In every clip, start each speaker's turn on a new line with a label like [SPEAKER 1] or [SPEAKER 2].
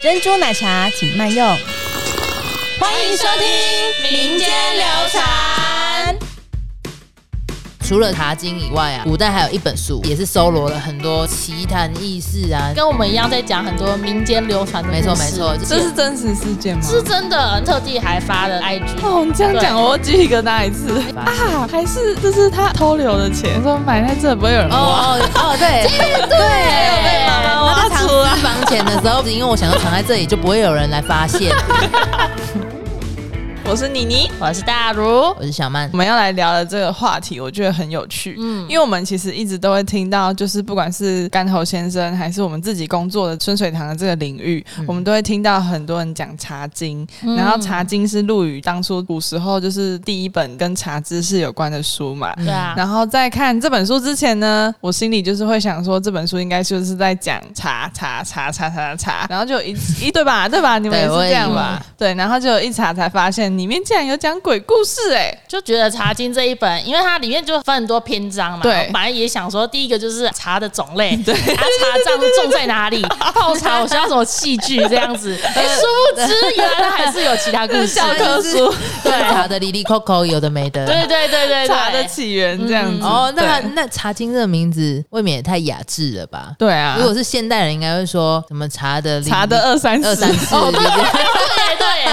[SPEAKER 1] 珍珠奶茶请慢用。欢
[SPEAKER 2] 迎收听民间流传。除了茶经以外啊，古代还有一本书，也是搜罗了很多奇谈异事啊。
[SPEAKER 3] 跟我们一样在讲很多民间流传的故
[SPEAKER 2] 没
[SPEAKER 3] 事
[SPEAKER 2] 错没错，
[SPEAKER 4] 这是真实事件吗？
[SPEAKER 3] 是真的，特地还发了 IG。
[SPEAKER 4] 哦，你这样讲，我鸡皮疙瘩一次
[SPEAKER 2] 发
[SPEAKER 4] 啊！还是这是他偷留的钱，说买在这不会有人
[SPEAKER 2] 哦
[SPEAKER 4] 挖。
[SPEAKER 2] 哦哦， 对
[SPEAKER 3] 对
[SPEAKER 2] 对。
[SPEAKER 4] 妈妈挖
[SPEAKER 2] 藏
[SPEAKER 4] 出来，
[SPEAKER 2] 私房钱的时候，因为我想要藏在这里，就不会有人来发现。
[SPEAKER 4] 我是妮妮。
[SPEAKER 3] 我是大如，
[SPEAKER 2] 我是小曼
[SPEAKER 4] 我，们要来聊的这个话题，我觉得很有趣，嗯，因为我们其实一直都会听到，就是不管是干头先生，还是我们自己工作的春水堂的这个领域，我们都会听到很多人讲茶经，然后茶经是陆羽当初古时候就是第一本跟茶知识有关的书嘛，
[SPEAKER 2] 嗯
[SPEAKER 3] 对啊，
[SPEAKER 4] 然后在看这本书之前呢，我心里就是会想说，这本书应该就是在讲查查查查查查，然后就一 一对吧，对吧？你们也
[SPEAKER 2] 对
[SPEAKER 4] 是
[SPEAKER 2] 我也
[SPEAKER 4] 这样
[SPEAKER 2] 以
[SPEAKER 4] 吧？对，然后就一查才发现里面竟然有讲鬼故事哎、
[SPEAKER 3] 就觉得《茶经》这一本，因为它里面就分很多篇章嘛，
[SPEAKER 4] 对
[SPEAKER 3] 我本来也想说，第一个就是茶的种类，对，啊、茶葬种在哪里，泡茶我需要什么器具这样子，哎殊不知原来还是有其他故事，
[SPEAKER 4] 教科书
[SPEAKER 2] 对查的里里扣扣，有的没的。
[SPEAKER 3] 对对对对
[SPEAKER 4] 查的
[SPEAKER 3] 对，
[SPEAKER 4] 起源这样子
[SPEAKER 2] 哦，那
[SPEAKER 4] 对
[SPEAKER 2] 那茶经这个名字未免也太雅致了吧？
[SPEAKER 4] 对啊
[SPEAKER 2] 如，果是现代人，应该会说什么茶的里
[SPEAKER 4] 查的二三
[SPEAKER 2] 二三四，
[SPEAKER 3] 哦，对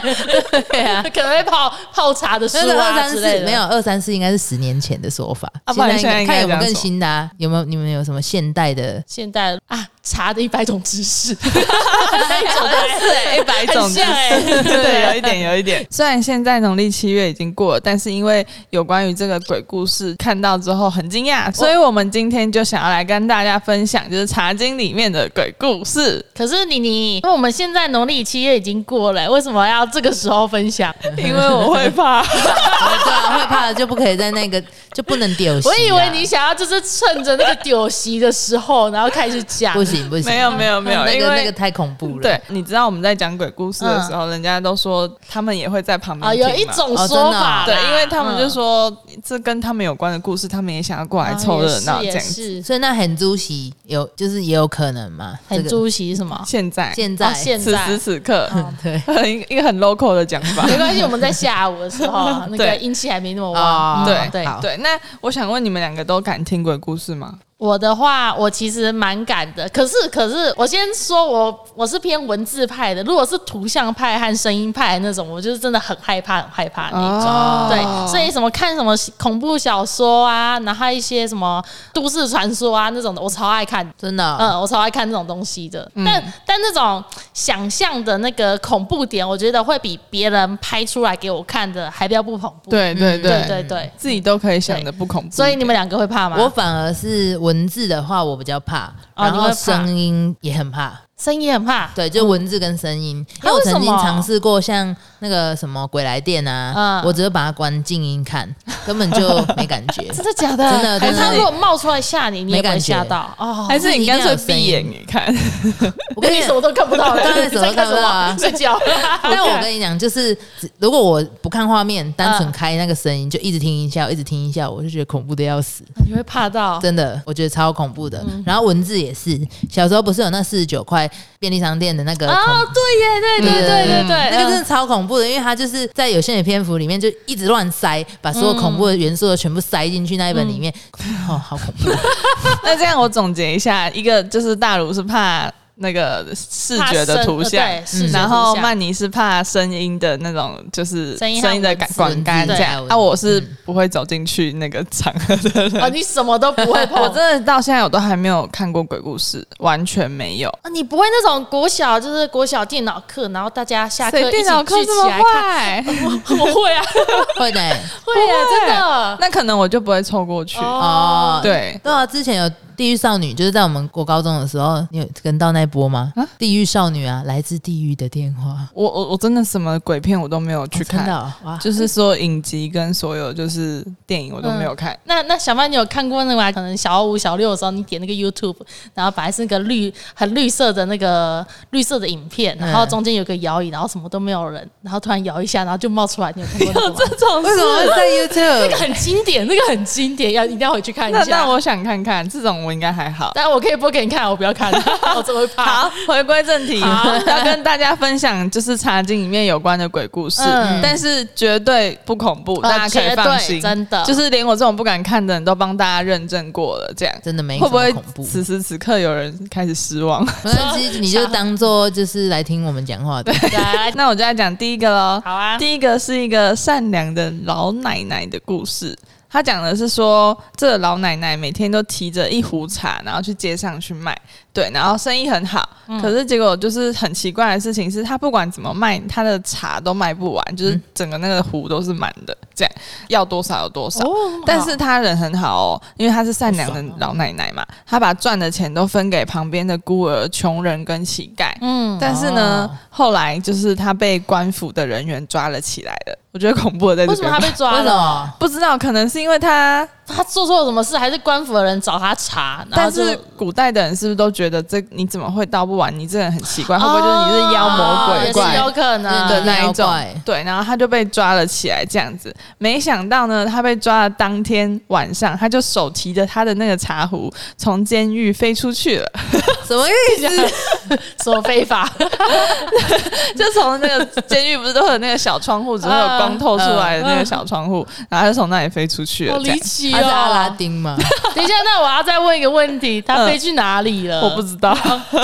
[SPEAKER 3] 对对对啊，可能会泡泡茶的书
[SPEAKER 2] 那个二
[SPEAKER 3] 啊
[SPEAKER 2] 三
[SPEAKER 3] 之类
[SPEAKER 2] 四
[SPEAKER 3] 的，
[SPEAKER 2] 没有二三四，应该是十年前的说法。
[SPEAKER 4] 啊不然现在应该
[SPEAKER 2] 看有没有
[SPEAKER 4] 这样
[SPEAKER 2] 更
[SPEAKER 4] 说
[SPEAKER 2] 新的、啊？有没有你们有什么现代的？
[SPEAKER 3] 现代啊，茶的一百种知识，一种知识哎，
[SPEAKER 4] 一百种知识
[SPEAKER 3] 识，
[SPEAKER 4] 欸对，有一点，有一点。虽然现在农历七月已经过了，但是因为有关于这个鬼故事看到之后很惊讶，所以我们今天就想要来跟大家分享，就是《茶经》里面的鬼故事。
[SPEAKER 3] 可是妮妮，因为我们现在农历七月已经过了，为什么要这个时候分享？
[SPEAKER 4] 因为我会怕，
[SPEAKER 2] 啊对啊，会怕的就不可以在那个就不能丢席啊、
[SPEAKER 3] 我以为你想要就是趁着那个酒席的时候，然后开始讲
[SPEAKER 2] 不。行不行，
[SPEAKER 4] 没有没有没有，
[SPEAKER 2] 那
[SPEAKER 4] 因
[SPEAKER 2] 个那个
[SPEAKER 4] 为。
[SPEAKER 2] 太恐怖了。
[SPEAKER 4] 对，你知道我们在讲鬼故事的时候，人家都说他们也会在旁边
[SPEAKER 3] 啊，有
[SPEAKER 4] 听
[SPEAKER 3] 一
[SPEAKER 4] 嘛
[SPEAKER 3] 种
[SPEAKER 2] 哦真的
[SPEAKER 3] 说
[SPEAKER 2] 哦
[SPEAKER 3] 法啦、
[SPEAKER 4] 对，因为他们就
[SPEAKER 3] 嗯
[SPEAKER 4] 说、这跟他们有关的故事，他们也想要过来凑热闹
[SPEAKER 3] 啊
[SPEAKER 4] 这
[SPEAKER 3] 也
[SPEAKER 4] 样
[SPEAKER 3] 是
[SPEAKER 4] 子。
[SPEAKER 3] 也是
[SPEAKER 2] 所以那很主席有就是也有可能嘛，这
[SPEAKER 3] 很
[SPEAKER 2] 个
[SPEAKER 3] 出席什么？
[SPEAKER 4] 现在，
[SPEAKER 2] 现在、
[SPEAKER 3] 哦现
[SPEAKER 4] 此
[SPEAKER 3] 在
[SPEAKER 4] 时此刻，
[SPEAKER 2] 对
[SPEAKER 4] 很 一个很 local 的讲法。
[SPEAKER 3] 没关系，我们在下午的时候啊，那个
[SPEAKER 4] 对
[SPEAKER 3] 阴气还没那么旺。嗯
[SPEAKER 2] 啊
[SPEAKER 4] 哦对
[SPEAKER 3] 对
[SPEAKER 2] 好
[SPEAKER 4] 对，那我想问你们两个都敢听鬼故事吗？
[SPEAKER 3] 我的话，我其实蛮敢的，可是可是，我先说我我是偏文字派的，如果是图像派和声音派那种，我就是真的很害怕，很害怕那种。
[SPEAKER 4] 哦
[SPEAKER 3] 对，所以什么看什么恐怖小说啊，然后一些什么都市传说啊那种的，我超爱看。
[SPEAKER 2] 真的哦、
[SPEAKER 3] 嗯，我超爱看这种东西的，
[SPEAKER 2] 嗯
[SPEAKER 3] 但但那种想象的那个恐怖点，我觉得会比别人拍出来给我看的还比较不恐怖。
[SPEAKER 4] 对对
[SPEAKER 3] 对对对，
[SPEAKER 4] 自己都可以想的不恐怖。
[SPEAKER 3] 所以你们两个会怕吗？
[SPEAKER 2] 我反而是文字的话，我比较怕，
[SPEAKER 3] 哦
[SPEAKER 2] 然
[SPEAKER 3] 你会
[SPEAKER 2] 后
[SPEAKER 3] 怕
[SPEAKER 2] 声音也很怕。
[SPEAKER 3] 声音很怕，
[SPEAKER 2] 对，就文字跟声音，因为
[SPEAKER 3] 啊
[SPEAKER 2] 我
[SPEAKER 3] 为什
[SPEAKER 2] 曾经
[SPEAKER 3] 么
[SPEAKER 2] 尝试过像那个什么鬼来电啊，
[SPEAKER 3] 嗯。
[SPEAKER 2] 我只是把它关静音看，根本就没感觉
[SPEAKER 3] 真的假的？
[SPEAKER 2] 真的
[SPEAKER 3] 可是
[SPEAKER 2] 真
[SPEAKER 3] 他
[SPEAKER 2] 的
[SPEAKER 3] 如果冒出来吓你，你也
[SPEAKER 2] 没
[SPEAKER 3] 不会
[SPEAKER 2] 感觉
[SPEAKER 3] 吓到哦。
[SPEAKER 4] 还是你干脆闭
[SPEAKER 2] 一定要有
[SPEAKER 4] 眼看，
[SPEAKER 2] 我跟你
[SPEAKER 3] 你什么都看不到了，哎
[SPEAKER 2] 当然
[SPEAKER 3] 你在看
[SPEAKER 2] 什么都看不到啊
[SPEAKER 3] 什么睡觉。
[SPEAKER 2] 但我跟你讲，就是只如果我不看画面，单纯开那个声音，就一直听音效，一直听音效，我就觉得恐怖的要死，
[SPEAKER 3] 你会怕到，
[SPEAKER 2] 真的，我觉得超恐怖的。
[SPEAKER 3] 嗯
[SPEAKER 2] 然后文字也是，小时候不是有那四十九块便利商店的那个恐
[SPEAKER 3] 哦，对耶，对对对对对，
[SPEAKER 2] 嗯
[SPEAKER 4] 嗯
[SPEAKER 2] 那个真的超恐怖的，因为它就是在有限的篇幅里面就一直乱塞，把所有恐怖的元素都全部塞进去那一本里面，
[SPEAKER 4] 嗯
[SPEAKER 2] 哦，好恐怖！
[SPEAKER 4] 那这样我总结一下，一个就是大儒是怕那个视觉的图像
[SPEAKER 3] 怕声呃对视觉图，像
[SPEAKER 4] 然后曼妮是怕声音的那种，就是
[SPEAKER 3] 声音和
[SPEAKER 4] 声音的
[SPEAKER 3] 文
[SPEAKER 4] 感
[SPEAKER 3] 字嗯
[SPEAKER 4] 管干
[SPEAKER 2] 对
[SPEAKER 4] 这样。
[SPEAKER 2] 文字
[SPEAKER 4] 啊，我是不会走进去那个场合的
[SPEAKER 3] 哦，
[SPEAKER 4] 人。
[SPEAKER 3] 你什么都不 会碰
[SPEAKER 4] 我真。的到现在我都还没有看过鬼故事，完全没有。
[SPEAKER 3] 啊你不会那种国小就是国小电脑课，然后大家下课
[SPEAKER 4] 谁
[SPEAKER 3] 一起
[SPEAKER 4] 电脑课
[SPEAKER 3] 聚
[SPEAKER 4] 这
[SPEAKER 3] 起
[SPEAKER 4] 么
[SPEAKER 3] 来
[SPEAKER 4] 坏？
[SPEAKER 3] 看？我会啊，
[SPEAKER 2] 会 的欸、
[SPEAKER 3] 会啊，
[SPEAKER 4] 不会
[SPEAKER 3] 真的。
[SPEAKER 4] 那可能我就不会凑过去。
[SPEAKER 2] 哦，
[SPEAKER 4] 对，
[SPEAKER 2] 对啊，之前有《地狱少女》，就是在我们国高中的时候，你有跟到那一波吗？地狱少女》啊，来自地狱的电话，哦
[SPEAKER 4] 我我我真的什么鬼片我都没有去看，
[SPEAKER 2] 看到哇！
[SPEAKER 4] 就是说影集跟所有就是电影我都没有看。
[SPEAKER 3] 那那小曼，你有看过那个吗？可能小五、小六的时候，你点那个 YouTube，然后本来是那个绿很绿色的那个绿色的影片，然后中间有个摇椅，然后什么都没有人，然后突然摇一下，然后就冒出来。你有看过 那个吗？
[SPEAKER 4] 种
[SPEAKER 2] 为什么会在 YouTube？
[SPEAKER 3] 很经典，那个很经典，要一定要回去看一
[SPEAKER 4] 那
[SPEAKER 3] 下。
[SPEAKER 4] 那我想看看，这种我应该还好。
[SPEAKER 3] 但我可以播给你看，我不要 看，我怎么会怕？
[SPEAKER 4] 好，回归正题，
[SPEAKER 3] 好
[SPEAKER 4] 要跟大家分享就是茶经里面有关的鬼故事，
[SPEAKER 3] 嗯
[SPEAKER 4] 但是绝对不恐怖，
[SPEAKER 3] 呃
[SPEAKER 4] 大家可以
[SPEAKER 3] 绝对
[SPEAKER 4] 放心。
[SPEAKER 3] 真的
[SPEAKER 4] 就是连我这种不敢看的人都帮大家认证过了，这样
[SPEAKER 2] 真的没什
[SPEAKER 4] 会不
[SPEAKER 2] 么
[SPEAKER 4] 会
[SPEAKER 2] 恐怖。
[SPEAKER 4] 此时此刻有人开始失望？
[SPEAKER 2] 没关系，你就当做就是来听我们讲话的。
[SPEAKER 3] 来，
[SPEAKER 4] 那我就来讲第一个喽。
[SPEAKER 3] 好啊，
[SPEAKER 4] 第一个是一个善良的老奶奶的故事。她讲的是说，这个老奶奶每天都提着一壶茶，然后去街上去卖，对，然后生意很好。
[SPEAKER 3] 嗯
[SPEAKER 4] 可是结果就是很奇怪的事情是，她不管怎么卖，她的茶都卖不完，
[SPEAKER 3] 嗯
[SPEAKER 4] 就是整个那个壶都是满的，这样要多少有多少。
[SPEAKER 3] 哦
[SPEAKER 4] 但是她人很好哦，因为她是善良的老奶奶嘛，她把赚的钱都分给旁边的孤儿、穷人跟乞丐。
[SPEAKER 3] 嗯，
[SPEAKER 4] 但是呢，后来就是他被官府的人员抓了起来了。我觉得恐怖的在
[SPEAKER 3] 为
[SPEAKER 4] 这
[SPEAKER 3] 什么
[SPEAKER 4] 边
[SPEAKER 3] 他
[SPEAKER 4] 吧，
[SPEAKER 3] 被抓
[SPEAKER 2] 为什
[SPEAKER 3] 了？
[SPEAKER 2] 么？
[SPEAKER 4] 不知道，可能是因为他，
[SPEAKER 3] 他做错了什么事？还是官府的人找他查？然
[SPEAKER 4] 但
[SPEAKER 3] 后就是
[SPEAKER 4] 古代的人是不是都觉得这你怎么会倒不完？你这人很奇怪，会不会就是你是妖魔
[SPEAKER 3] 哦
[SPEAKER 4] 鬼
[SPEAKER 3] 也是
[SPEAKER 4] 怪？
[SPEAKER 3] 有可能
[SPEAKER 4] 的
[SPEAKER 2] 对
[SPEAKER 4] 那一
[SPEAKER 2] 妖
[SPEAKER 4] 种
[SPEAKER 2] 怪，
[SPEAKER 4] 对，然后他就被抓了起来，这样子。没想到呢，他被抓的当天晚上，他就手提着他的那个茶壶从监狱飞出去了。
[SPEAKER 2] 什么意
[SPEAKER 4] 啊
[SPEAKER 2] 思？
[SPEAKER 3] 说非法，
[SPEAKER 4] 就从那个监狱不是都有那个小窗户，只会有光透出来的那个小窗
[SPEAKER 3] 嗯
[SPEAKER 4] 户，然后他就从那里飞出去了。
[SPEAKER 3] 好
[SPEAKER 4] 这样
[SPEAKER 3] 离奇
[SPEAKER 2] 他是阿拉
[SPEAKER 3] 哦！
[SPEAKER 2] 丁 吗？
[SPEAKER 3] 等一下，那我要再问一个问题，他
[SPEAKER 4] 嗯
[SPEAKER 3] 飞去哪里了？
[SPEAKER 4] 我不知 道，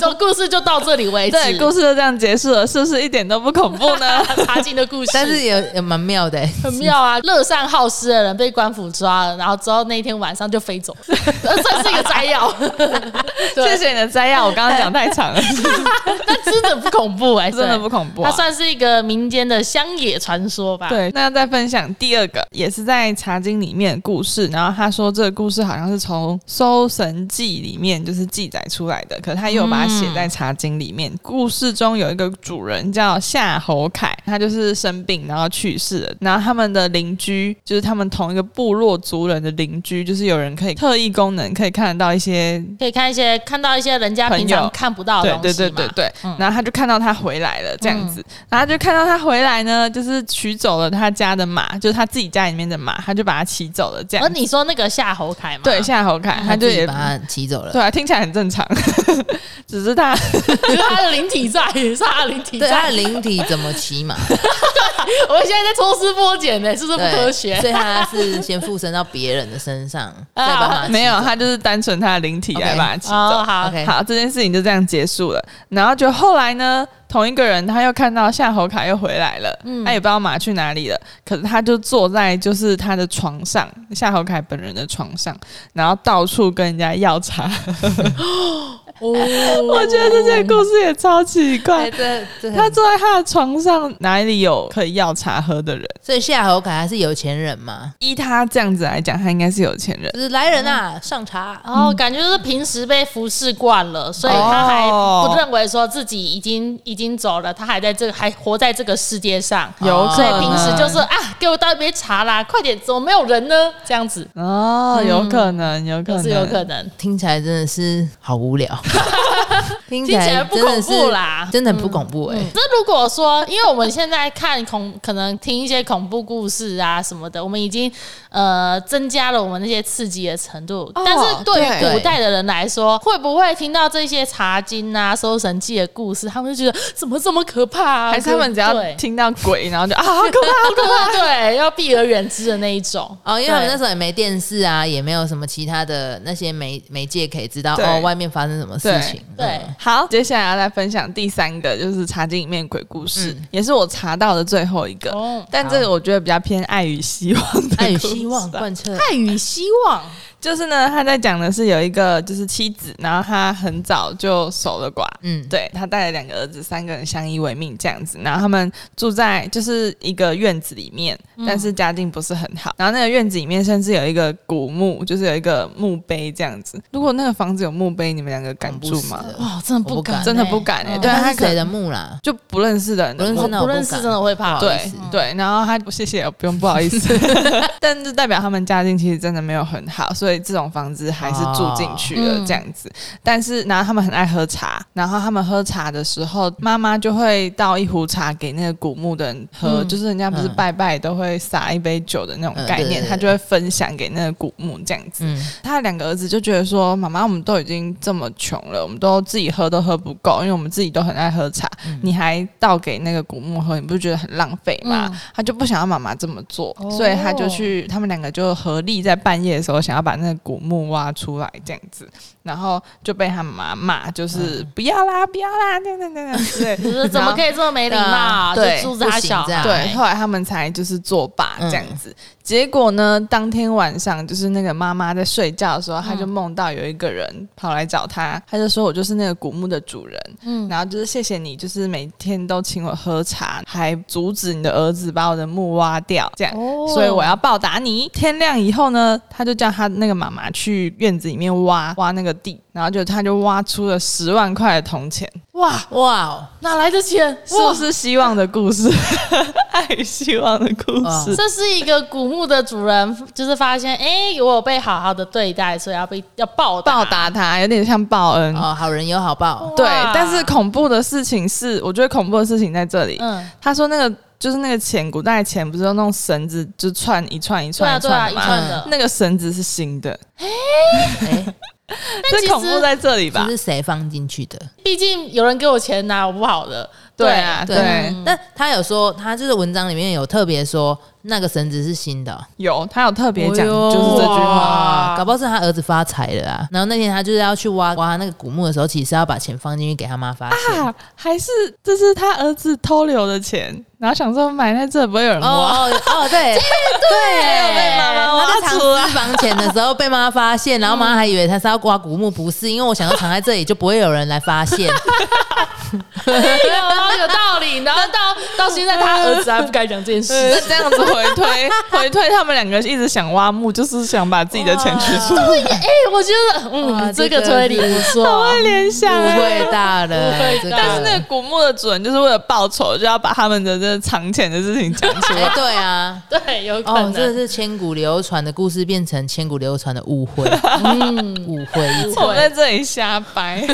[SPEAKER 3] 说故事就到这里为止。
[SPEAKER 4] 对，故事就这样结束了，是不是一点都不恐怖 呢？
[SPEAKER 3] 查禁的故事，
[SPEAKER 2] 但是也也蛮妙的、欸，
[SPEAKER 3] 很妙啊！乐善好施的人被官府抓了，然后之后那一天晚上就飞走了， 算是一个摘要。
[SPEAKER 4] 谢
[SPEAKER 3] 对，
[SPEAKER 4] 谢你的摘要，我刚刚讲太长了，
[SPEAKER 3] 但真的不恐怖哎、
[SPEAKER 4] 真的不恐怖、
[SPEAKER 3] 怖
[SPEAKER 4] 啊
[SPEAKER 3] 它。算是一个民间的乡野传说吧。，
[SPEAKER 4] 对，那再分享第二个，也是在《茶经》里面的故事。然后他说这个故事好像是从《搜神记》里面就是记载出来的，可是他又把它写在《茶经》里面。故事中有一个主人叫夏侯凯，他就是生病然后去世了。然后他们的邻居就是他们同一个部落族人的邻居，就是有人可以特异功能可以看得到一些
[SPEAKER 3] 可以看一些看到一些人家
[SPEAKER 4] 朋友
[SPEAKER 3] 平常看不到的
[SPEAKER 4] 对
[SPEAKER 3] 东西
[SPEAKER 4] 对
[SPEAKER 3] 嘛。
[SPEAKER 4] 对对对，
[SPEAKER 3] 嗯
[SPEAKER 4] 然后他就看到他回来了，这样子，
[SPEAKER 2] 嗯
[SPEAKER 4] 然后他就看到他回来呢，就是取走了他家的马，就是他自己家里面的马，他就把它骑走了，这样
[SPEAKER 3] 而
[SPEAKER 4] 子。
[SPEAKER 3] 你说那个夏侯凯嘛，
[SPEAKER 4] 对，夏侯凯他就
[SPEAKER 2] 自己
[SPEAKER 4] 也
[SPEAKER 2] 把他骑走了
[SPEAKER 4] 对。啊，听起来很正常， 只是他
[SPEAKER 3] 就是他的灵体在，是他的灵体
[SPEAKER 2] 对他
[SPEAKER 3] 在
[SPEAKER 2] 的。灵体怎么骑 马？
[SPEAKER 3] 我们现在在抽丝剥茧呢，是不是不
[SPEAKER 2] 对，
[SPEAKER 3] 科学？
[SPEAKER 2] 所以他是先附身到别人的身 上，再
[SPEAKER 3] 啊
[SPEAKER 2] 把马骑走
[SPEAKER 4] 没有，他就是单纯他的灵体来
[SPEAKER 2] OK
[SPEAKER 4] 把它骑走。
[SPEAKER 3] 哦，好
[SPEAKER 2] OK
[SPEAKER 4] 好，这件事情就这样结束了。然后就后来呢，同一个人他又看到夏侯凯又回来了，
[SPEAKER 3] 嗯
[SPEAKER 4] 他也不知道马去哪里了，可是他就坐在就是他的床上，夏侯凯本人的床上，然后到处跟人家要茶。
[SPEAKER 3] 哦，
[SPEAKER 4] 我
[SPEAKER 3] 我
[SPEAKER 4] 觉得这件故事也超奇怪
[SPEAKER 2] 哎，。这这
[SPEAKER 4] 他
[SPEAKER 2] 很，
[SPEAKER 4] 坐在他的床上，哪里有可以要茶喝的人？
[SPEAKER 2] 所以夏侯凯还是有钱人嘛，
[SPEAKER 4] 依他这样子来讲，他应该是有钱人。
[SPEAKER 2] 就是来人啊，
[SPEAKER 3] 嗯
[SPEAKER 2] 上茶。
[SPEAKER 3] 然后哦感觉就是平时被服侍惯了，所以他还不认为说自己已经已经走了，他还在这个还活在这个世界上。哦
[SPEAKER 4] 有可
[SPEAKER 3] 所以
[SPEAKER 4] 能
[SPEAKER 3] 平时就是啊，给我倒一杯茶啦，快点，怎么没有人呢？这样子
[SPEAKER 4] 哦，有可能，有可
[SPEAKER 3] 可
[SPEAKER 4] 能，
[SPEAKER 3] 嗯是有可能。
[SPEAKER 2] 听起来真的是好无聊， 听起
[SPEAKER 3] 听起
[SPEAKER 2] 来
[SPEAKER 3] 来不
[SPEAKER 2] 真的
[SPEAKER 3] 恐怖
[SPEAKER 2] 是
[SPEAKER 3] 啦嗯
[SPEAKER 2] 真的很不恐怖哎、
[SPEAKER 3] 这如果说，因为我们现在看恐，可能听一些恐怖故事啊什么的，我们已经呃增加了我们那些刺激的程度。
[SPEAKER 4] 哦
[SPEAKER 3] 但是对于
[SPEAKER 2] 对
[SPEAKER 3] 古代的人来说，会不会听到这些茶经啊、搜神记的故事，他们就觉得怎么这么可怕、啊？
[SPEAKER 4] 还是他们只要
[SPEAKER 3] 对
[SPEAKER 4] 听到鬼，然后就啊，好可怕，
[SPEAKER 3] 对，要避而远之的那一种。
[SPEAKER 2] 哦，因为他们那
[SPEAKER 3] 对
[SPEAKER 2] 时候也没电视啊，也没有什么其他的那些媒媒介可以知道
[SPEAKER 4] 对
[SPEAKER 2] 哦，外面发生什么事情。
[SPEAKER 3] 对
[SPEAKER 2] 嗯
[SPEAKER 4] 好，接下来要来分享第三个，就是茶经里面的鬼故事，
[SPEAKER 2] 嗯
[SPEAKER 4] 也是我查到的最后一个。
[SPEAKER 3] 哦
[SPEAKER 4] 但这个我觉得比较偏爱与希望的故事吧
[SPEAKER 2] 爱与哎希望贯彻，
[SPEAKER 3] 爱与希望，
[SPEAKER 4] 就是呢，他在讲的是有一个就是妻子，然后他很早就守了寡，
[SPEAKER 2] 嗯，
[SPEAKER 4] 对他带了两个儿子，三个人相依为命这样子。然后他们住在就是一个院子里面，
[SPEAKER 2] 嗯
[SPEAKER 4] 但是家境不是很好。然后那个院子里面甚至有一个古墓，就是有一个墓碑这样子。如果那个房子有墓碑，你们两个敢
[SPEAKER 2] 不
[SPEAKER 4] 住
[SPEAKER 2] 死
[SPEAKER 4] 吗？
[SPEAKER 2] 的
[SPEAKER 3] 哇，真的
[SPEAKER 2] 我不敢
[SPEAKER 3] 敢欸，
[SPEAKER 4] 真的不敢哎、
[SPEAKER 3] 嗯
[SPEAKER 4] 对
[SPEAKER 2] 那
[SPEAKER 4] 他
[SPEAKER 2] 是
[SPEAKER 4] 可
[SPEAKER 2] 谁
[SPEAKER 4] 能
[SPEAKER 2] 的墓啦？
[SPEAKER 4] 就不认识的人
[SPEAKER 2] 不
[SPEAKER 4] 的
[SPEAKER 2] 认
[SPEAKER 4] 墓
[SPEAKER 2] 识那
[SPEAKER 3] 不
[SPEAKER 2] 我不
[SPEAKER 3] 认识
[SPEAKER 2] 敢
[SPEAKER 3] 真的会怕。
[SPEAKER 2] 不好意
[SPEAKER 4] 对
[SPEAKER 2] 思
[SPEAKER 4] 对，然后他不谢谢，不用不好意思，但是代表他们家境其实真的没有很好，所所以这种房子还是住进去了这样子。
[SPEAKER 2] 哦
[SPEAKER 4] 但是，然后他们很爱喝茶，然后他们喝茶的时候，妈妈就会倒一壶茶给那个古墓的人喝，
[SPEAKER 3] 嗯
[SPEAKER 4] 就是人家不是拜拜都会撒一杯酒的那种
[SPEAKER 2] 嗯
[SPEAKER 4] 概
[SPEAKER 2] 对
[SPEAKER 4] 念，
[SPEAKER 2] 对
[SPEAKER 4] 他就会分享给那个古墓这样子。
[SPEAKER 2] 嗯，
[SPEAKER 4] 他的两个儿子就觉得说：“妈妈，我们都已经这么穷了，我们都自己喝都喝不够，因为我们自己都很爱喝茶，你还倒给那个古墓喝，你不是觉得很浪费吗？”
[SPEAKER 3] 嗯
[SPEAKER 4] 他就不想要妈妈这么做，
[SPEAKER 3] 哦
[SPEAKER 4] 所以他就去，他们两个就合力在半夜的时候想要把那个古墓挖出来，这样子，然后就被他妈妈骂，就是、不要啦，不要啦，那那那那之 类的，
[SPEAKER 3] 就是怎么可以这么没礼貌？
[SPEAKER 4] 对啊
[SPEAKER 3] 就住他小
[SPEAKER 2] 不行这样
[SPEAKER 3] 孩，
[SPEAKER 4] 对，后来他们才就是作罢这样
[SPEAKER 3] 嗯
[SPEAKER 4] 子。结果呢，当天晚上就是那个妈妈在睡觉的时候，她就梦到有一个人跑来找她，她就说我就是那个古墓的主人，
[SPEAKER 3] 嗯
[SPEAKER 4] 然后就是谢谢你，就是每天都请我喝茶，还阻止你的儿子把我的墓挖掉，这样，
[SPEAKER 3] 哦
[SPEAKER 4] 所以我要报答你。天亮以后呢，他就叫他那个妈妈去院子里面挖挖那个地，然后就他就挖出了十万块的铜钱。
[SPEAKER 3] 哇，
[SPEAKER 2] 哇哦，
[SPEAKER 3] 哪来的钱？
[SPEAKER 4] 是不是希望的故事？ 爱希望的故
[SPEAKER 2] 哇
[SPEAKER 4] 事。
[SPEAKER 3] 这是一个古墓的主人，就是发现哎、我有被好好的对待，所以要被要报
[SPEAKER 4] 报答他，有点像报恩。
[SPEAKER 3] 嗯
[SPEAKER 2] 哦，好人有好报，
[SPEAKER 4] 对
[SPEAKER 3] 哇，
[SPEAKER 4] 但是恐怖的事情是，我觉得恐怖的事情在这里。
[SPEAKER 3] 嗯，
[SPEAKER 4] 他说那个就是那个钱，古代钱不是用那种绳子就串一串一
[SPEAKER 3] 对
[SPEAKER 4] 串
[SPEAKER 3] 啊
[SPEAKER 4] 一
[SPEAKER 3] 对啊，
[SPEAKER 4] 串
[SPEAKER 3] 一
[SPEAKER 4] 的吗？
[SPEAKER 3] 串的。
[SPEAKER 4] 那个绳子是新的，
[SPEAKER 2] 哎，
[SPEAKER 3] 其
[SPEAKER 4] 这
[SPEAKER 3] 实
[SPEAKER 4] 恐怖在这里吧
[SPEAKER 2] 这？是谁放进去的？
[SPEAKER 3] 毕竟有人给我钱拿，我不好的。
[SPEAKER 4] 对啊，
[SPEAKER 2] 对
[SPEAKER 4] 对，
[SPEAKER 2] 但他有说，他就是文章里面有特别说那个绳子是新的哦、
[SPEAKER 4] 有他有特别讲，
[SPEAKER 2] 哎呦
[SPEAKER 4] 就是这句话。
[SPEAKER 3] 哇
[SPEAKER 2] 搞不好是他儿子发财了啊。然后那天他就是要去挖挖那个古墓的时候，其实是要把钱放进去给他妈发现。
[SPEAKER 4] 啊，还是这是他儿子偷留的钱，然后想说埋在这不会有
[SPEAKER 3] 啊
[SPEAKER 4] 人
[SPEAKER 2] 哦
[SPEAKER 4] 挖，哎
[SPEAKER 2] 哦 哦，对对，
[SPEAKER 4] 被妈 妈挖
[SPEAKER 2] 他在藏
[SPEAKER 4] 出来
[SPEAKER 2] 私房钱的时候被妈妈发现，然后妈妈还以为他是要挖古墓，不是，因为我想说藏在这里就不会有人来发 现。
[SPEAKER 3] 有有道理。然后到到现在，他儿子还不敢讲这件事。
[SPEAKER 4] 是这样子回推回推，他们两个一直想挖墓，就是想把自己的钱取出来。
[SPEAKER 3] 哎、我觉得，
[SPEAKER 2] 哇
[SPEAKER 3] 嗯，
[SPEAKER 2] 这
[SPEAKER 3] 这个
[SPEAKER 2] 个
[SPEAKER 3] 推理不错。
[SPEAKER 4] 会联想
[SPEAKER 2] 误
[SPEAKER 4] 欸
[SPEAKER 2] 会大了
[SPEAKER 3] 啊误会，
[SPEAKER 2] 这
[SPEAKER 3] 大了
[SPEAKER 4] 但是那个古墓的主人就是为了报仇，就要把他们的这藏钱的事情讲出
[SPEAKER 2] 哎
[SPEAKER 4] 来。
[SPEAKER 2] 对 啊。
[SPEAKER 3] 对，有可
[SPEAKER 2] 哦，这个
[SPEAKER 3] 能。
[SPEAKER 2] 是千古流传的故事变成千古流传的误会，
[SPEAKER 3] 嗯，
[SPEAKER 2] 误会一场。
[SPEAKER 4] 我在这里瞎 掰，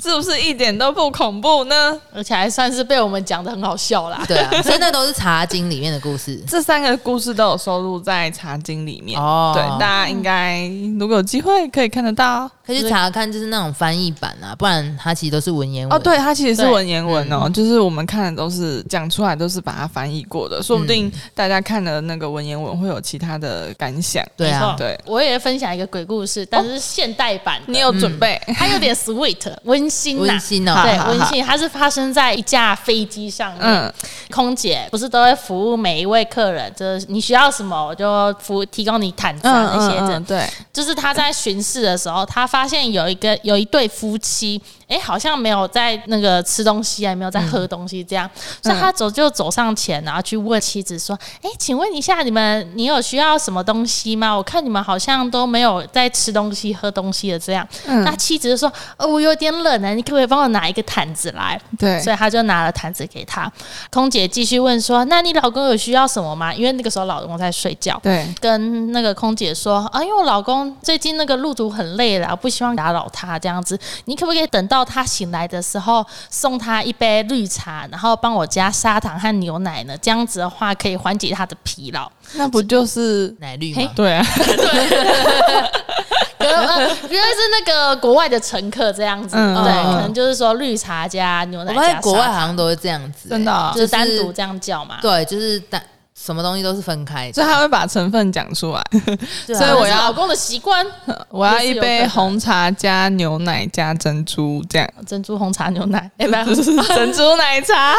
[SPEAKER 4] 是不是一点都不恐怖呢？
[SPEAKER 3] 而且还算是被我们讲的很好笑啦。
[SPEAKER 2] 对啊，所以那都是茶经里面的故事。
[SPEAKER 4] 这三个故事都有收录在《茶经》里面。
[SPEAKER 2] 哦
[SPEAKER 4] 对，大家应该如果有机会可以看得到。
[SPEAKER 2] 可以去查看，就是那种翻译版啊，不然它其实都是文言文。
[SPEAKER 4] 哦，对，它其实是
[SPEAKER 3] 对
[SPEAKER 4] 文言文哦，就是我们看的都是讲出来都是把它翻译过的，说不定大家看了那个文言文会有其他的感想。
[SPEAKER 2] 对
[SPEAKER 3] 没
[SPEAKER 2] 啊
[SPEAKER 3] 错，
[SPEAKER 4] 对，
[SPEAKER 3] 我也分享一个鬼故事，但是现代版的，
[SPEAKER 4] 你有准备？
[SPEAKER 3] 它有 点 sweet 温馨呐、
[SPEAKER 2] 温馨哦，
[SPEAKER 4] 好
[SPEAKER 3] 对
[SPEAKER 4] 好，
[SPEAKER 3] 温馨，它是发生在一架飞机上面。
[SPEAKER 4] 嗯，
[SPEAKER 3] 空姐不是都会服务每一位客人，就是你需要什么，我就服提供你毯子啊那些的。
[SPEAKER 4] 嗯对，
[SPEAKER 3] 就是他在巡视的时候，他发现有一个有一对夫妻，哎，好像没有在那个吃东西，也没有在喝东西，这样，所以他走就走上前，然后去问妻子说：“哎，请问一下，你们你有需要什么东西吗？我看你们好像都没有在吃东西、喝东西的这样。”那妻子就说：“哦，我有点冷呢，你可不可以帮我拿一个毯子来？”
[SPEAKER 4] 对
[SPEAKER 3] 所以他就拿了毯子给他。空姐继续问说：“那你老公有需要什么吗？”因为那个时候老公在睡觉。
[SPEAKER 4] 对，
[SPEAKER 3] 跟那个空姐说啊，因为我老公最近那个路途很累了，不希望打扰他这样子，你可不可以等到他醒来的时候送他一杯绿茶，然后帮我加砂糖和牛奶呢？这样子的话可以缓解他的疲 劳。
[SPEAKER 4] 那不就是
[SPEAKER 2] 奶绿
[SPEAKER 3] 嘿
[SPEAKER 2] 嘛，
[SPEAKER 4] 对啊？
[SPEAKER 3] 原来呃原来是那个国外的乘客这样子，
[SPEAKER 4] 嗯
[SPEAKER 3] 对，
[SPEAKER 2] 嗯嗯
[SPEAKER 3] 可能就是说绿茶加牛
[SPEAKER 2] 我
[SPEAKER 3] 奶
[SPEAKER 2] 发
[SPEAKER 3] 加
[SPEAKER 2] 现
[SPEAKER 3] 砂
[SPEAKER 2] 国外
[SPEAKER 3] 糖，
[SPEAKER 2] 好像都是这样子，
[SPEAKER 4] 真的啊
[SPEAKER 2] 欸
[SPEAKER 3] 就是单独这样叫嘛。
[SPEAKER 2] 对，就是单什么东西都是分开
[SPEAKER 4] 所
[SPEAKER 2] 的。
[SPEAKER 4] 以他会把成分讲出来。
[SPEAKER 2] 对啊
[SPEAKER 4] 所以我
[SPEAKER 3] 是
[SPEAKER 4] 要
[SPEAKER 3] 老公的习惯，
[SPEAKER 4] 我要一杯红茶加牛奶加珍珠，这样
[SPEAKER 3] 珍珠红茶牛奶，哎，不是，
[SPEAKER 4] 珍珠奶茶。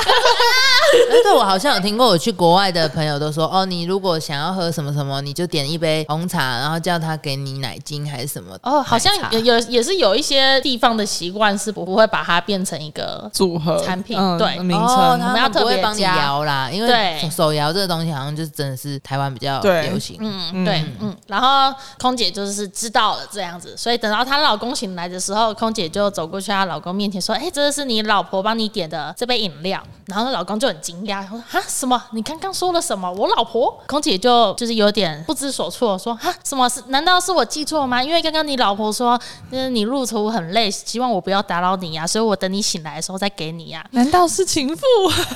[SPEAKER 2] 哎对我好像有听过，我去国外的朋友都说，哦，你如果想要喝什么什么，你就点一杯红茶，然后叫他给你奶精还是什么。
[SPEAKER 3] 哦，好像
[SPEAKER 2] 奶茶
[SPEAKER 3] 有有也是有一些地方的习惯是不会把它变成一个
[SPEAKER 4] 组合
[SPEAKER 3] 产品
[SPEAKER 4] 嗯
[SPEAKER 3] 对
[SPEAKER 4] 名
[SPEAKER 2] 哦，他
[SPEAKER 4] 称
[SPEAKER 2] 们
[SPEAKER 3] 要
[SPEAKER 2] 不
[SPEAKER 3] 特
[SPEAKER 2] 会
[SPEAKER 3] 别
[SPEAKER 2] 帮你
[SPEAKER 3] 加
[SPEAKER 2] 摇啦，因为
[SPEAKER 3] 对
[SPEAKER 2] 手摇这个东西好像就是真的是台湾比较
[SPEAKER 4] 对
[SPEAKER 2] 流行。
[SPEAKER 3] 嗯，对，嗯，然后空姐就是知道了这样子，所以等到她老公醒来的时候，空姐就走过去她老公面前说：“哎、这是你老婆帮你点的这杯饮料。”然后她老公就很惊讶，他说：“啊，什么？你刚刚说了什么？我老婆？”空姐就就是有点不知所措，说：“啊，什么是？难道是我记错吗？因为刚刚你老婆说，就是你路途很累，希望我不要打扰你呀、啊所以我等你醒来的时候再给你呀、啊
[SPEAKER 4] 难道是情妇？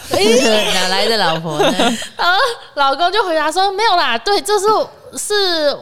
[SPEAKER 2] 哪来的老婆呢？
[SPEAKER 3] 啊，老公就回答说没有啦，对，这是是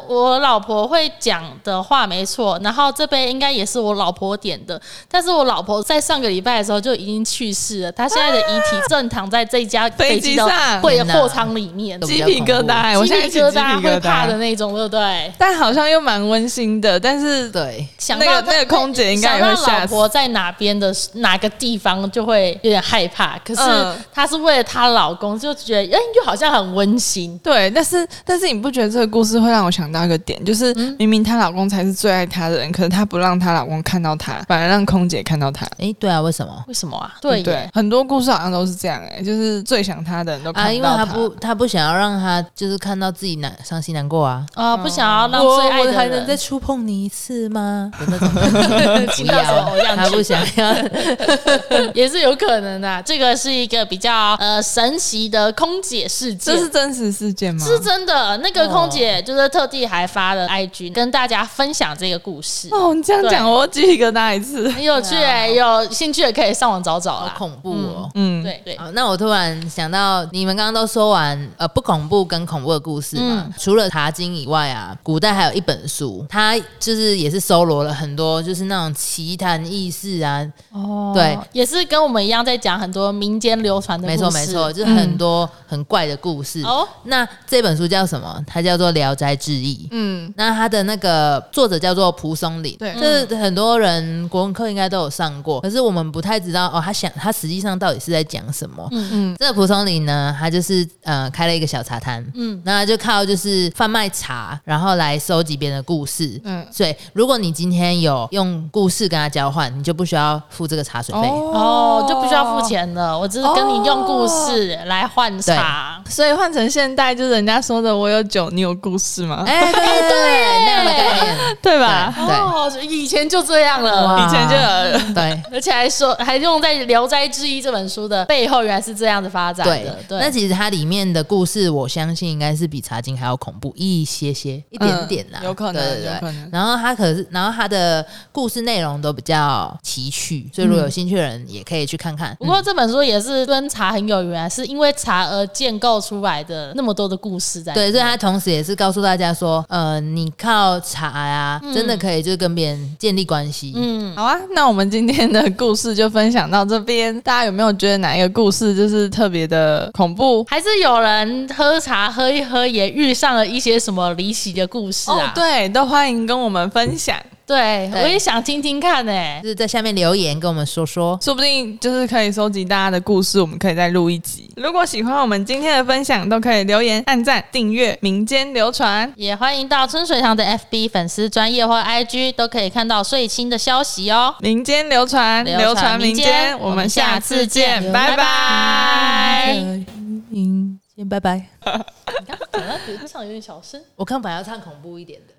[SPEAKER 3] 我老婆会讲的话，没错。然后这杯应该也是我老婆点的，但是我老婆在上个礼拜的时候就已经去世了，她现在的遗体正躺在 这家飞机的
[SPEAKER 4] 飞机上
[SPEAKER 3] 货货舱里面，
[SPEAKER 2] 天
[SPEAKER 3] 鸡
[SPEAKER 4] 鸡皮疙瘩，哎我
[SPEAKER 3] 皮
[SPEAKER 4] 现在起鸡
[SPEAKER 3] 疙
[SPEAKER 4] 皮
[SPEAKER 3] 瘩会
[SPEAKER 4] 疙
[SPEAKER 3] 怕的
[SPEAKER 4] 瘩。
[SPEAKER 3] 那种，对不对？
[SPEAKER 4] 但好像又蛮温馨的，但是
[SPEAKER 2] 对，
[SPEAKER 3] 想
[SPEAKER 4] 那
[SPEAKER 3] 到
[SPEAKER 4] 个那个空姐应该也会
[SPEAKER 3] 想到
[SPEAKER 4] 吓
[SPEAKER 3] 老
[SPEAKER 4] 死
[SPEAKER 3] 婆在哪边的哪个地方就会有点害怕，可是
[SPEAKER 4] 嗯
[SPEAKER 3] 她是为了她老公，就觉得哎，又好像很温馨。
[SPEAKER 4] 对，但是但是你不觉得这个故事会让我想到一个点，就是明明她老公才是最爱她的人，可是她不让她老公看到她，反而让空姐看到她。
[SPEAKER 2] 哎、对啊，为什么
[SPEAKER 3] 为什么啊？对
[SPEAKER 4] 不对
[SPEAKER 3] 耶，，
[SPEAKER 4] 很多故事好像都是这样、哎，就是最想她的人都看
[SPEAKER 2] 啊？
[SPEAKER 4] 不
[SPEAKER 2] 因为
[SPEAKER 4] 到她。
[SPEAKER 2] 他不，他不想要让他就是看到自己难伤心难过啊。
[SPEAKER 3] 啊，不想要让
[SPEAKER 2] 我
[SPEAKER 3] 最爱
[SPEAKER 2] 我还
[SPEAKER 3] 的
[SPEAKER 2] 能再
[SPEAKER 3] 人
[SPEAKER 2] 触碰你一次吗？的那种感觉不
[SPEAKER 3] 到什么偶
[SPEAKER 2] 要，
[SPEAKER 3] 像剧
[SPEAKER 2] 他不想要。
[SPEAKER 3] 也是有可能的啊。这个是一个比较呃神奇的空姐事件
[SPEAKER 4] 这。是真实事件
[SPEAKER 2] 嗯
[SPEAKER 4] 吗？
[SPEAKER 3] 是真的，那个空
[SPEAKER 2] 哦
[SPEAKER 3] 姐就是特地还发了 IG 跟大家分享这个故事，
[SPEAKER 4] 哦，你这样讲，我又鸡皮疙瘩一次。
[SPEAKER 3] 很有趣欸，有兴趣的可以上网找找
[SPEAKER 2] 啊好
[SPEAKER 3] 啦。
[SPEAKER 2] 恐怖哦！
[SPEAKER 4] 嗯，
[SPEAKER 3] 对对，
[SPEAKER 2] 好，那我突然想到，你们刚刚都说完呃不恐怖跟恐怖的故事嘛，
[SPEAKER 3] 嗯
[SPEAKER 2] 除了《茶经》以外啊，古代还有一本书，它就是也是搜罗了很多就是那种奇谈异事啊，
[SPEAKER 4] 哦
[SPEAKER 2] 对，
[SPEAKER 3] 也是跟我们一样在讲很多民间流传的故
[SPEAKER 2] 没
[SPEAKER 3] 事，嗯
[SPEAKER 2] 错没错，就是很多很怪的故事。
[SPEAKER 3] 哦
[SPEAKER 2] 那这本书叫什么？它叫做《聊斋志异》。
[SPEAKER 4] 嗯，
[SPEAKER 2] 那它的那个作者叫做蒲松龄，
[SPEAKER 4] 对
[SPEAKER 2] 这很多人国文课应该都有上过，可是我们不太知道哦，他想他实际上到底是在讲什么。嗯嗯，这个蒲松龄呢，他就是呃开了一个小茶摊，嗯，那他就靠就是贩卖茶，然后来收集别人的故事，嗯
[SPEAKER 4] 嗯，
[SPEAKER 2] 所以如果你今天有用故事跟他交换，你就不需要付这个茶水费。
[SPEAKER 3] 哦，就不需要付。钱了，我只是跟你用故事
[SPEAKER 2] 哦
[SPEAKER 3] 来换茶。
[SPEAKER 4] 所以换成现代，就是人家说的“我有酒，你有故事”吗？
[SPEAKER 2] 哎、对对对对，那样的概念，
[SPEAKER 4] 对吧？
[SPEAKER 2] 对
[SPEAKER 3] 哦，以前就这样了。
[SPEAKER 2] 哇
[SPEAKER 4] 以前就有
[SPEAKER 2] 对。
[SPEAKER 3] 而且还说还用在《聊斋志异》这本书的背后，原来是这样子发展
[SPEAKER 2] 对
[SPEAKER 3] 的。，
[SPEAKER 2] 那其实它里面的故事，我相信应该是比《茶经》还要恐怖一些些，一点点啦，
[SPEAKER 4] 嗯有可能
[SPEAKER 2] 对对对
[SPEAKER 4] 有可能
[SPEAKER 2] 然后它可是，然后它的故事内容都比较奇趣，所以如果有兴趣的人也可以去看看。嗯
[SPEAKER 3] 不过这本书也是跟茶很有缘，是因为茶而建构出来的那么多的故事在。
[SPEAKER 2] 对，所以他同时也是告诉大家说，呃，你靠茶呀、
[SPEAKER 4] 嗯
[SPEAKER 2] 真的可以就是跟别人建立关系。
[SPEAKER 3] 嗯，
[SPEAKER 4] 好啊，那我们今天的故事就分享到这边。大家有没有觉得哪一个故事就是特别的恐怖？
[SPEAKER 3] 还是有人喝茶喝一喝，也遇上了一些什么离奇的故事啊？
[SPEAKER 4] 哦，对，都欢迎跟我们分享，
[SPEAKER 3] 对，
[SPEAKER 2] 对
[SPEAKER 3] 我也想听听看呢、
[SPEAKER 2] 就是在下面留言跟我们说说。
[SPEAKER 4] 说不定就是可以收集大家的故事，我们可以再录一集。如果喜欢我们今天的分享，都可以留言、按赞、订阅、民间流传。
[SPEAKER 3] 也欢迎到春水堂的 FB 粉丝专业或 IG 都可以看到睡青的消息哦。
[SPEAKER 4] 民间流传，
[SPEAKER 3] 流传
[SPEAKER 4] 流传民
[SPEAKER 3] 民间
[SPEAKER 4] 间。我们下次见，
[SPEAKER 3] 见拜
[SPEAKER 4] 拜
[SPEAKER 3] 拜
[SPEAKER 4] 拜。
[SPEAKER 2] 嗯，先拜拜。
[SPEAKER 3] 你看，讲到鼻子上有点小声。
[SPEAKER 2] 我看本来要唱恐怖一点的。